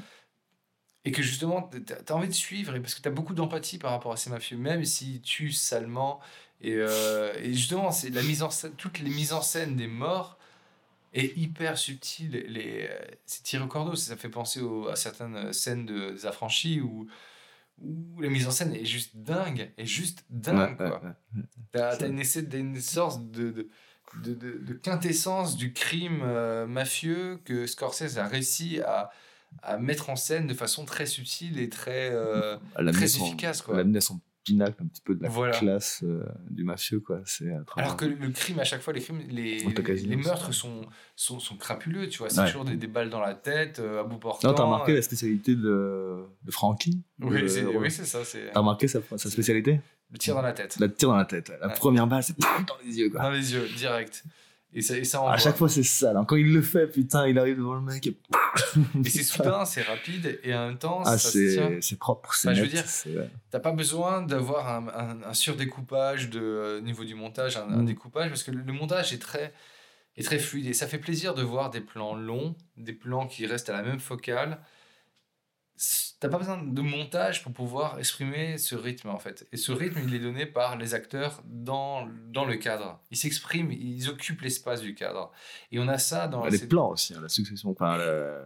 et que justement, t'as t'as envie de suivre, et parce que t'as beaucoup d'empathie par rapport à ces mafieux, même s'ils tuent salement. Et, euh, et justement, c'est la mise en scène, toutes les mises en scène des morts est hyper subtile. Les, euh, c'est tiré au cordeau, ça fait penser au- à certaines scènes de, des affranchis où, où la mise en scène est juste dingue, est juste dingue. Ouais, quoi. ouais, ouais. T'as t'as une, essa- t'as une sorte de, de, de- de- de quintessence du crime euh, mafieux que Scorsese a réussi à, à mettre en scène de façon très subtile et très, euh, Elle a très mis son- efficace. elle Quoi. a mené à son pinacle un petit peu de la Voilà. classe euh, du mafieux, quoi. C'est euh, à travers- Alors que le crime, à chaque fois, les, crimes, les, En tout cas, les, sinon, meurtres c'est- sont, sont, sont crapuleux, tu vois. C'est Ouais. toujours des, des balles dans la tête, euh, à bout portant. Non, t'as remarqué euh, la spécialité de, de Frankie Oui, De- c'est ouais. oui, c'est ça, c'est T'as remarqué sa, sa spécialité le tir dans la tête, La tire dans la tête. La Ouais. première balle, c'est pouf, dans les yeux, quoi. dans les yeux, direct. Et ça, et ça envoie. À chaque fois, c'est sale. hein. Quand il le fait, putain, il arrive devant le mec. Et, Et c'est soudain, c'est rapide, et en même temps, Ah, ça se tient. c'est c'est propre. C'est Enfin, je net. veux dire, c'est- T'as pas besoin d'avoir un, un- un surdécoupage de euh, niveau du montage, un, un Mm. découpage, parce que le, le montage est très, est très fluide et ça fait plaisir de voir des plans longs, des plans qui restent à la même focale. S- T'as pas besoin de montage pour pouvoir exprimer ce rythme en fait. Et ce rythme, il est donné par les acteurs dans, dans le cadre. Ils s'expriment, ils occupent l'espace du cadre. Et on a ça dans les ces- plans aussi, hein, la succession. Enfin, la,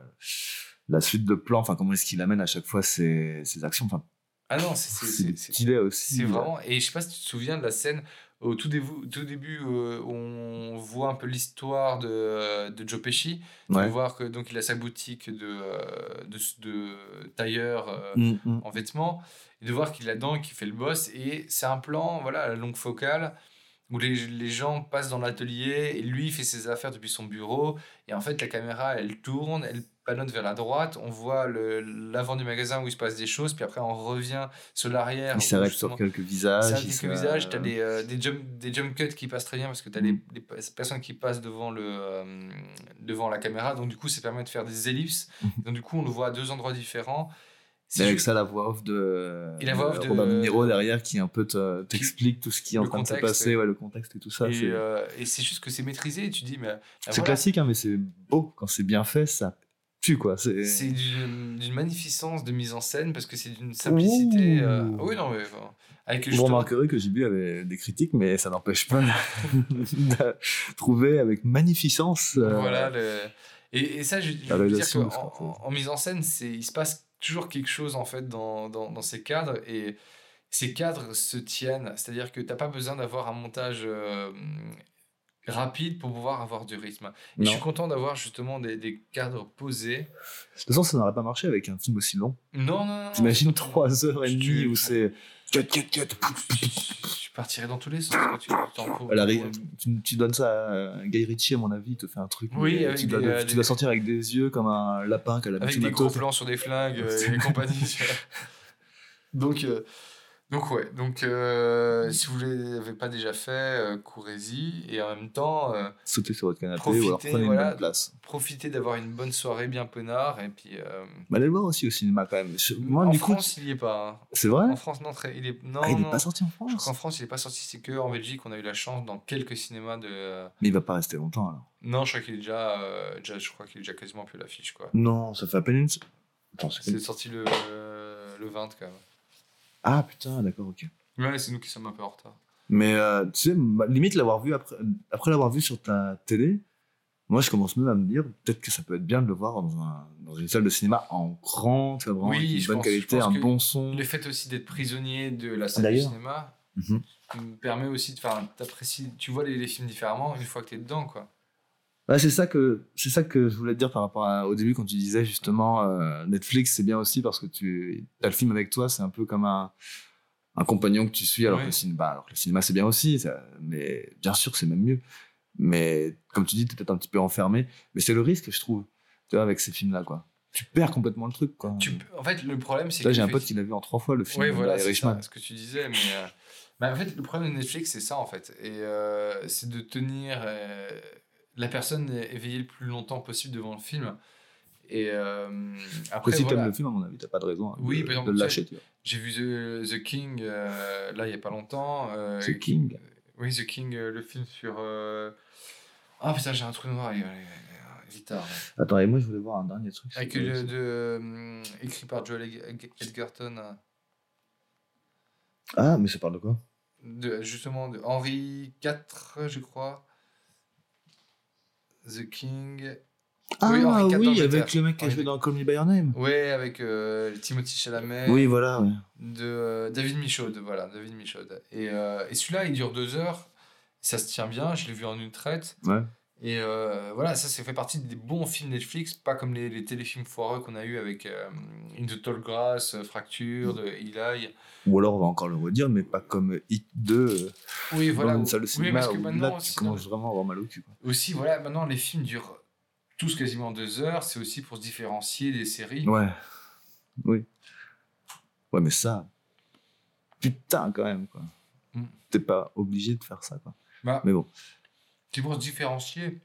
la suite de plans. Enfin, comment est-ce qu'il amène à chaque fois ses, ses actions. Enfin, Ah non, c'est- c'est- c'est des c'est c'est- petits laits aussi. C'est vraiment. Et je sais pas si tu te souviens de la scène au tout, dévo- tout début euh, où on voit un peu l'histoire de, euh, de Joe Pesci. On euh, Ouais. voir que donc il a sa boutique de, euh, de, de tailleur euh, Mm, mm. en vêtements et de voir qu'il a dedans qui fait le boss. Et c'est un plan voilà à la longue focale où les, les gens passent dans l'atelier et lui il fait ses affaires depuis son bureau. Et en fait la caméra elle tourne, elle panote vers la droite. On voit le- l'avant du magasin où il se passe des choses. Puis après on revient sur l'arrière. où Il s'arrête justement- sur quelques visages. c'est un il disque s'arrête- visage, t'as des, euh, des, jump, des jump cuts qui passent très bien parce que t'as Mm. les, les pa- personnes qui passent devant, le, euh, devant la caméra, donc du coup ça permet de faire des ellipses, donc du coup on le voit à deux endroits différents. Et C'est Mm-hmm. avec juste ça, la voix off de, euh, Et la voix off de- Robert De Niro derrière qui un peu te- t'explique tout ce qui est en le train de se contexte, passer, ouais, le contexte et tout ça. et, c'est- euh, et c'est juste que c'est maîtrisé, et tu dis mais... ah, C'est voilà, classique, hein, mais c'est beau. Quand c'est bien fait, ça tue, quoi. C'est C'est d'une d'une magnificence de mise en scène parce que c'est d'une simplicité... Ouh. euh, oui, non, mais... enfin, avec Vous justement- remarquerez que JB avait des critiques, mais ça n'empêche pas de trouver avec magnificence. euh, Voilà. le- Et, et ça, je, je la veux dire réalisation qu'en de Scorsese. en, en mise en scène, c'est, il se passe toujours quelque chose en fait dans, dans, dans ces cadres et ces cadres se tiennent. C'est-à-dire que t'as pas besoin d'avoir un montage euh, rapide pour pouvoir avoir du rythme. Et non. je suis content d'avoir justement des, des cadres posés. De toute façon, ça n'aurait pas marché avec un film aussi long. Non, non, non. T'imagines non. 3h30 Tu- où c'est. Cut, cut, cut. Tu partirais dans tous les sens. quoi. Tu, tu t'en fous. Voilà, tu, tu donnes ça à euh, Guy Ritchie, à mon avis, il te fait un truc. Oui, mais avec tu, dois, des, euh, tu des- dois sortir avec des yeux comme un lapin qu'elle a avec des gros plans sur des flingues euh, et compagnie. tu vois. Donc, euh, donc ouais. Donc, euh, si vous ne l'avez pas déjà fait, euh, courez-y et en même temps, euh, Sauter sur votre canapé Profitez, ou alors prenez voilà. une bonne place. profitez d'avoir une bonne soirée bien peinard. Et puis, euh, Bah, allez le voir aussi au cinéma quand même. Je- Moi, en du coup, France, il n'y est pas. hein. c'est vrai En France, non, très- il est non, Ah, Il non. n'est pas sorti en Je crois France. qu'en France, il n'est pas sorti. C'est que en Belgique, on a eu la chance dans quelques cinémas de. euh, Mais il va pas rester longtemps alors. Non, je crois qu'il est déjà, euh, déjà- je crois qu'il est déjà quasiment plus à l'affiche quoi. Non, ça fait à peine une. Attends, C'est sorti le, euh, le 20 quand même. Ah putain, d'accord, ok. Ouais, c'est nous qui sommes un peu en retard. Mais euh, tu sais, ma- limite l'avoir vu après, après l'avoir vu sur ta télé, moi je commence même à me dire peut-être que ça peut être bien de le voir dans, un- dans une salle de cinéma en grand, tu vois, vraiment Oui, avec une je bonne pense- qualité, je pense un que bon son. Le fait aussi d'être prisonnier de la salle de D'ailleurs. cinéma Mhm. me permet aussi de faire un- t'apprécies tu vois les, les films différemment une fois que t'es dedans quoi Ouais, c'est ça que c'est ça que je voulais te dire par rapport à- au début quand tu disais justement euh, Netflix c'est bien aussi parce que tu as le film avec toi, c'est un peu comme un un compagnon que tu suis alors Ouais. que le cinéma alors que le cinéma c'est bien aussi ça- mais bien sûr c'est même mieux. Mais comme tu dis t'es peut-être un petit peu enfermé, mais c'est le risque je trouve. Tu vois avec ces films là quoi. Tu perds complètement le truc quoi. tu, peux- en fait le problème c'est Là, que j'ai un pote qui l'a vu en trois fois le film ouais voilà c'est Irishman. ça, ce que tu disais mais, euh, mais en fait le problème de Netflix c'est ça en fait et euh, c'est de tenir euh, la personne éveillée le plus longtemps possible devant le film et euh, après Après, si voilà. t'aimes le film, à mon avis, t'as pas de raison hein, Oui, de, par de exemple, le tu sais, lâcher. tu vois. j'ai vu The, The King euh, là il y a pas longtemps euh, The King. Oui, The King, euh, le film sur. euh, Ah putain, j'ai un trou noir. il- il- il- Plus tard. Attends, et moi je voulais voir un dernier truc. Avec c'est- le- de, euh, écrit par Joel Ed- Edgerton. euh, Ah, mais ça parle de quoi de, justement de Henri IV, je crois. The King. Oui, Ah Henri oui, IV d'Angleterre. avec le mec qui a Henri joué IV. dans Call Me By Your Name. Ouais, avec euh, Timothy Chalamet. Oui, voilà. ouais. De euh, David Michaud. Voilà, David Michaud. Et, euh, et celui-là, il dure deux heures. Ça se tient bien. Je l'ai vu en une traite. Ouais. Et euh, voilà, ça, ça fait partie des bons films Netflix, pas comme les, les téléfilms foireux qu'on a eu avec euh, In the Tall Grass, euh, Fracture, de Eli. Ou alors on va encore le redire, mais pas comme Hit 2 euh, Oui, voilà. dans une ou- salle de oui, cinéma parce que où maintenant, là tu aussi, commences vraiment à avoir mal au cul. quoi. Aussi, voilà, maintenant les films durent tous quasiment deux heures. C'est aussi pour se différencier des séries. Ouais. Oui. Ouais, mais ça. Putain, quand même, quoi. Mm. T'es pas obligé de faire ça, quoi. Bah, Mais bon. C'est pour se différencier.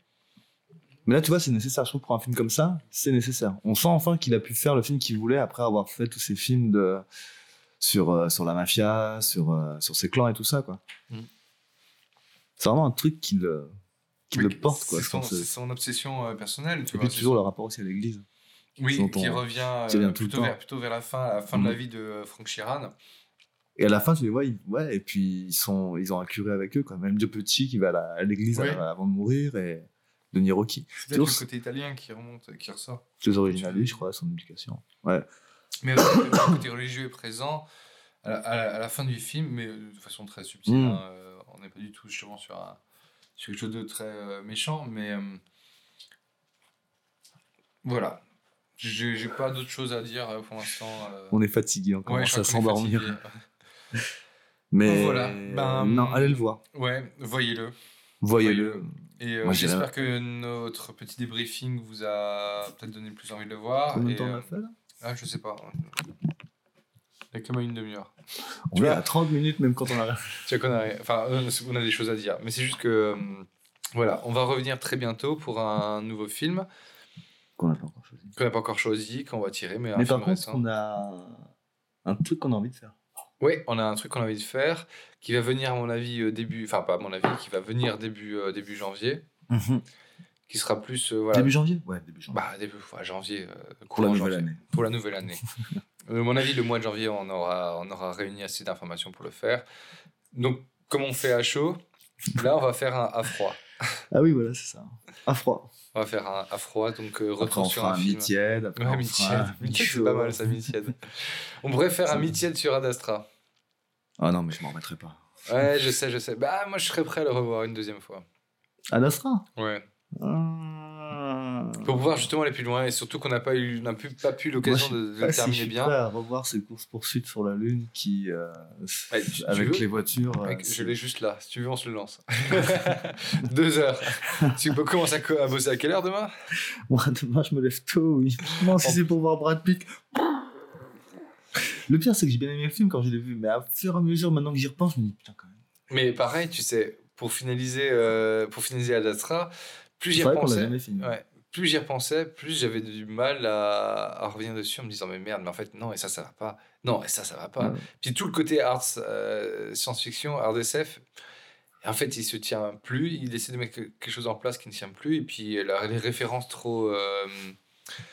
Mais là, tu vois, c'est nécessaire. Je trouve pour un film comme ça, c'est nécessaire. On sent enfin qu'il a pu faire le film qu'il voulait après avoir fait tous ces films de... sur, euh, sur la mafia, sur, euh, sur ses clans et tout ça, quoi. Mm. C'est vraiment un truc qui le, qui Mais le porte, quoi. C'est je son, pense. c'est son obsession euh, personnelle. Tu Et vois, puis c'est toujours son- le rapport aussi à l'église. Oui, dont qui on- revient, qui revient euh, tout le plutôt, temps. vers, plutôt vers la fin, à la fin de la Mhm. vie de euh, Frank Sheeran. Et à la fin, tu les vois, ils- ouais, et puis ils, sont, ils ont un curé avec eux, quoi. Même Dieu Petit qui va à la- à l'église euh, Ouais. avant de mourir et De Niro qui. C'est peut-être Toujours- le côté italien qui remonte, qui ressort. Plus original, je crois, à son éducation. Ouais. Mais aussi, le côté religieux est présent à la, à la- à la fin du film, mais euh, de façon très subtile. Mm. hein, euh, on n'est pas du tout justement sur, un- sur quelque chose de très euh, méchant, mais euh, voilà. J'ai j'ai pas d'autre chose à dire euh, pour l'instant. euh. On est fatigué, on commence je à crois qu'on est s'endormir. fatigué. Mais Voilà. Ben, non, allez le voir. Ouais, voyez-le. Voyez-le. Et euh, Moi, j'irai- j'espère que notre petit débriefing vous a peut-être donné plus envie de le voir. Combien et, de temps on euh, a fait là ah, je sais pas. Il y a quand même une demi-heure. On est à 30 minutes même quand on a Tu vois qu'on a, enfin, euh, on a des choses à dire, mais c'est juste que euh, voilà, on va revenir très bientôt pour un nouveau film Qu'on n'a pas encore choisi. qu'on n'a pas encore choisi, qu'on va tirer, mais, un Mais film par contre, récent. on a un truc qu'on a envie de faire. Ouais, on a un truc qu'on a envie de faire qui va venir à mon avis euh, début, enfin pas à mon avis, qui va venir début euh, début janvier, Mhm. qui sera plus euh, voilà, Début janvier Ouais, début janvier. bah début ouais, janvier euh, Pour la courant nouvelle janvier. année. pour la nouvelle année. Euh, À mon avis, le mois de janvier, on aura, on aura réuni assez d'informations pour le faire. Donc, comme on fait à chaud, là, on va faire un à froid. Ah oui, voilà, c'est ça. À froid. On va faire un à froid, donc euh, Après, retour on sur fera un film. mi-tiède. Après, Ouais, on mi-tiède. fera un Mi-tiède, c'est mi-chaud. pas mal ça, mi-tiède. On pourrait faire Ça un va. mi-tiède sur Adastra. Ah non, mais je m'en remettrai pas. Ouais, je sais, je sais. Bah, moi, je serais prêt à le revoir une deuxième fois. À Ah. Nasra Ouais. Pour pouvoir justement aller plus loin et surtout qu'on n'a pas eu, n'a pu- pas pu l'occasion de, de le terminer bien. prêt à Ah, revoir ces courses poursuites sur la lune qui euh, Ouais, tu- tu avec veux les voitures. euh, Mec, je c'est- l'ai juste là. Si tu veux, on se le lance. Deux heures. tu peux commencer à, co- à bosser à quelle heure demain Moi, demain, je me lève tôt, oui. Non, si c'est pour voir Brad Pitt. Le pire, c'est que j'ai bien aimé le film quand je l'ai vu, mais à fur et à mesure, maintenant que j'y repense, je me dis putain, quand même. Mais pareil, tu sais, pour finaliser, euh, pour finaliser Adastra, plus j'y C'est vrai qu'on l'a repensais, jamais fini. ouais, plus j'y repensais, plus j'avais du mal à, à revenir dessus en me disant mais merde, mais en fait non et ça ça va pas, non et ça ça va pas. Ouais. Puis tout le côté arts, euh, science-fiction, art SF, en fait il se tient plus, il essaie de mettre que- quelque chose en place qui ne tient plus et puis la- les références trop euh,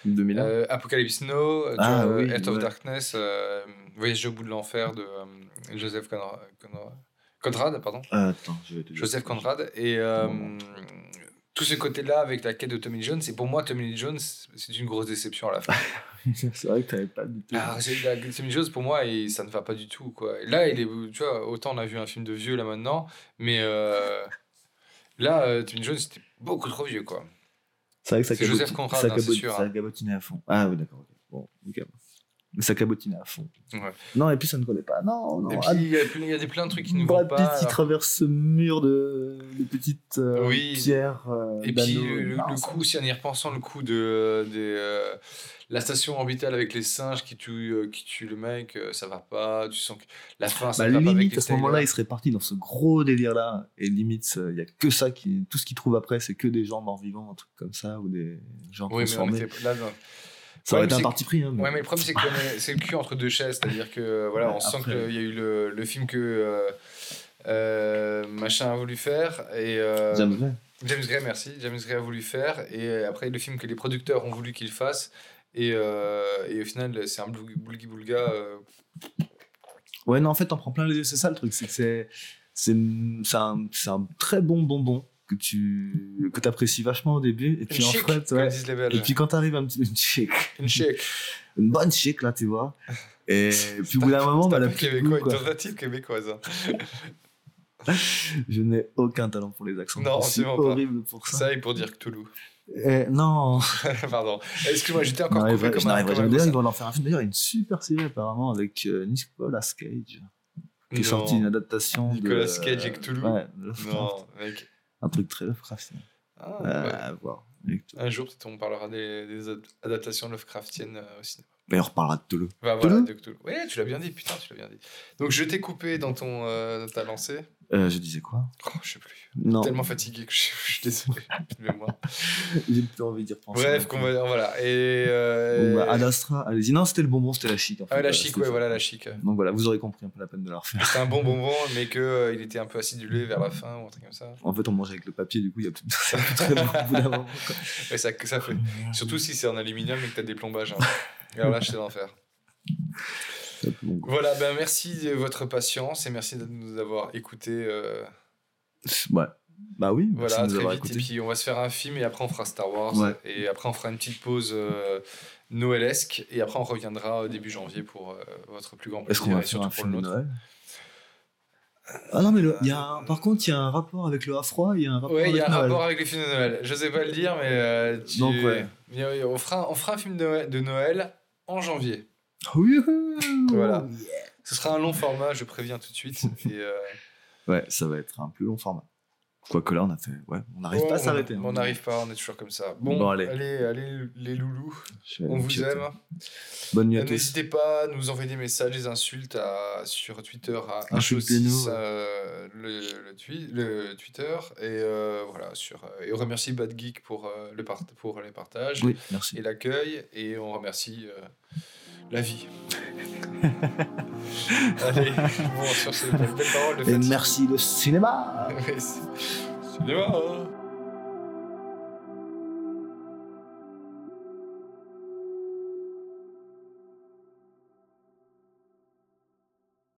2001. Euh, Apocalypse Now, euh, tu Ah vois, oui, Heart of ouais. Darkness, euh, Voyage au bout de l'enfer de euh, Joseph Conra- Conra- Conrad, pardon, Euh, attends, je vais te dire. Joseph Conrad, et euh, Moment. tout ce côté-là avec la quête de Tommy Lee Jones. Et pour moi, Tommy Lee Jones, c'est une grosse déception à la fin. c'est vrai que t'avais pas du tout. Ah, c'est- la- Tommy Lee Jones, pour moi, il- ça ne va pas du tout, quoi. Et Là, il est, tu vois, autant on a vu un film de vieux là maintenant, mais euh, là, euh, Tommy Lee Jones, c'était beaucoup trop vieux, quoi. c'est vrai que ça c'est Joseph Conrad, ça hein, c'est cabotine- sûr, ça hein. cabotinait à fond. Ah oui, d'accord. ok. Bon, ok. Mais ça cabotinait à fond. Ouais. Non, et puis ça ne collait pas. Non, non. Et puis, ah, il y a- il y a des plein de trucs qui nous vont Brad pas. Pitt, il alors- traverse ce mur de, de petites euh, Oui. pierres. euh, Et puis d'anneaux. le, le- Non, le ça- coup, si en y repensant, le coup de, euh, des, euh, la station orbitale avec les singes qui tuent, euh, qui tuent le mec, euh, ça va pas. Tu sens que la fin, ça Bah, va Ah, pas avec limite, les à ce moment-là, Taylor. il serait parti dans ce gros délire-là. Et limite, euh, il n'y a que ça. Qui, tout ce qu'il trouve après, c'est que des gens morts vivants, un truc comme ça, ou des gens Oui, mais on transformés. était- là, non. Ça aurait Ouais, été mais un c'est- parti pris. hein, mais- Ouais, mais le problème, c'est que on est- c'est le cul entre deux chaises. C'est-à-dire que euh, voilà, Ouais, on sent après- qu'il y a eu le, le film que euh, euh, machin a voulu faire et euh, J'aimerais. James Gray, merci. James Gray a voulu faire. Et euh, après, le film que les producteurs ont voulu qu'il fasse. Et, euh, et au final, c'est un boulgi boulga. euh, Ouais, non, en fait, t'en prends plein les yeux. C'est ça le truc, c'est que c'est c'est c'est un, c'est un très bon bonbon que tu que t'apprécies vachement au début et puis une en chic, fait, comme ouais. disent les Belges. Et puis quand t'arrives un petit une chic, Une chic. une bonne chic là, tu vois. Et puis au bout d'un moment, bah, la Un petite québécois, boule, une quoi. tentative québécoise. hein. Je n'ai aucun talent pour les accents. Non, je suis absolument pas. horrible pour ça. Ça, et pour dire Cthulhu. Eh, non, Pardon. Excuse-moi, j'étais je encore coupé n'arriverai comme je un- n'arriverai comme un jamais. D'ailleurs, gossin. ils vont leur faire un film. D'ailleurs, il y a une super série apparemment avec euh, Nicolas Cage qui est hein. Non. sortie une adaptation de. Nicolas Cage et Cthulhu. Ouais, Lovecraft. Non, mec. Un truc très Lovecraftien. Ah, Euh, ouais. à voir. Avec- Un jour, peut-être, on parlera des, des ad- adaptations Lovecraftiennes euh, au cinéma. Mais on reparlera de Toulouse. Bah, voilà, Cthulhu de Cthulhu. Ouais, tu l'as bien dit, putain, tu l'as bien dit. Donc, je t'ai coupé dans ton, euh, ta lancée. Euh, je disais quoi Oh, je sais plus. Non, Tellement fatigué que je, je suis désolé. j'ai plus de mémoire. j'ai plus envie d'y repenser. Bref, qu'on va voilà. Et. Bon, Euh... bah, Ad Astra, allez-y. Non, c'était le bonbon, c'était la chic. en fait. ah, la Voilà, chic, c'était ouais, ça. voilà, la chic. Donc voilà, vous aurez compris un peu la peine de la refaire. C'est un bon bonbon, mais qu'il il était un peu acidulé vers la fin ou un truc comme ça. En fait, on mange avec le papier, du coup, il y a plus de ça fait très bon au bout d'un moment, quoi. Ouais, ça, ça fait. Ah, Surtout si c'est en aluminium et que t'as des plombages. hein. Et Alors là, c'est l'enfer. C'est un peu bon, quoi. Voilà, ben merci de votre patience et merci de nous avoir écoutés. euh, Ouais. Bah oui, merci voilà, de nous très avoir vite. Et écoutés. puis on va se faire un film et après on fera Star Wars. Ouais. Et après on fera une petite pause euh, noëlesque. Et après on reviendra euh, début janvier pour euh, votre plus grand Est-ce plaisir. qu'on va et faire surtout un pour film le de nôtre. Noël Ah non, mais le- il y a un- par contre, il y a un rapport avec le froid il y a un rapport Ouais, il y a avec un Noël. rapport avec les films de Noël. Je sais pas le dire, mais euh, tu- Donc, ouais. Mais, euh, on, fera, on fera un film de Noël, de Noël en janvier. Oui, Voilà. Ce sera un long format, je préviens tout de suite. Et, euh, Ouais, ça va être un plus long format. Quoique là, on a fait. Ouais, on n'arrive ouais, pas à on- s'arrêter. hein. On n'arrive pas, on est toujours comme ça. Bon, Bon, allez. allez. allez, les loulous, on On vous aime. hein. Euh, Bonne nuit à tous. N'hésitez pas à nous envoyer des messages, des insultes à- sur Twitter à Insultez-nous. 106, euh, le, le twi- le Twitter. Et euh, voilà, sur, euh, et on remercie Bad Geek pour, euh, le part- pour les partages Oui, merci. et l'accueil. Et on remercie euh, la vie. Allez, bon, sur ces belles paroles de Et fatigue. merci le cinéma Ouais, c'est- Cinéma.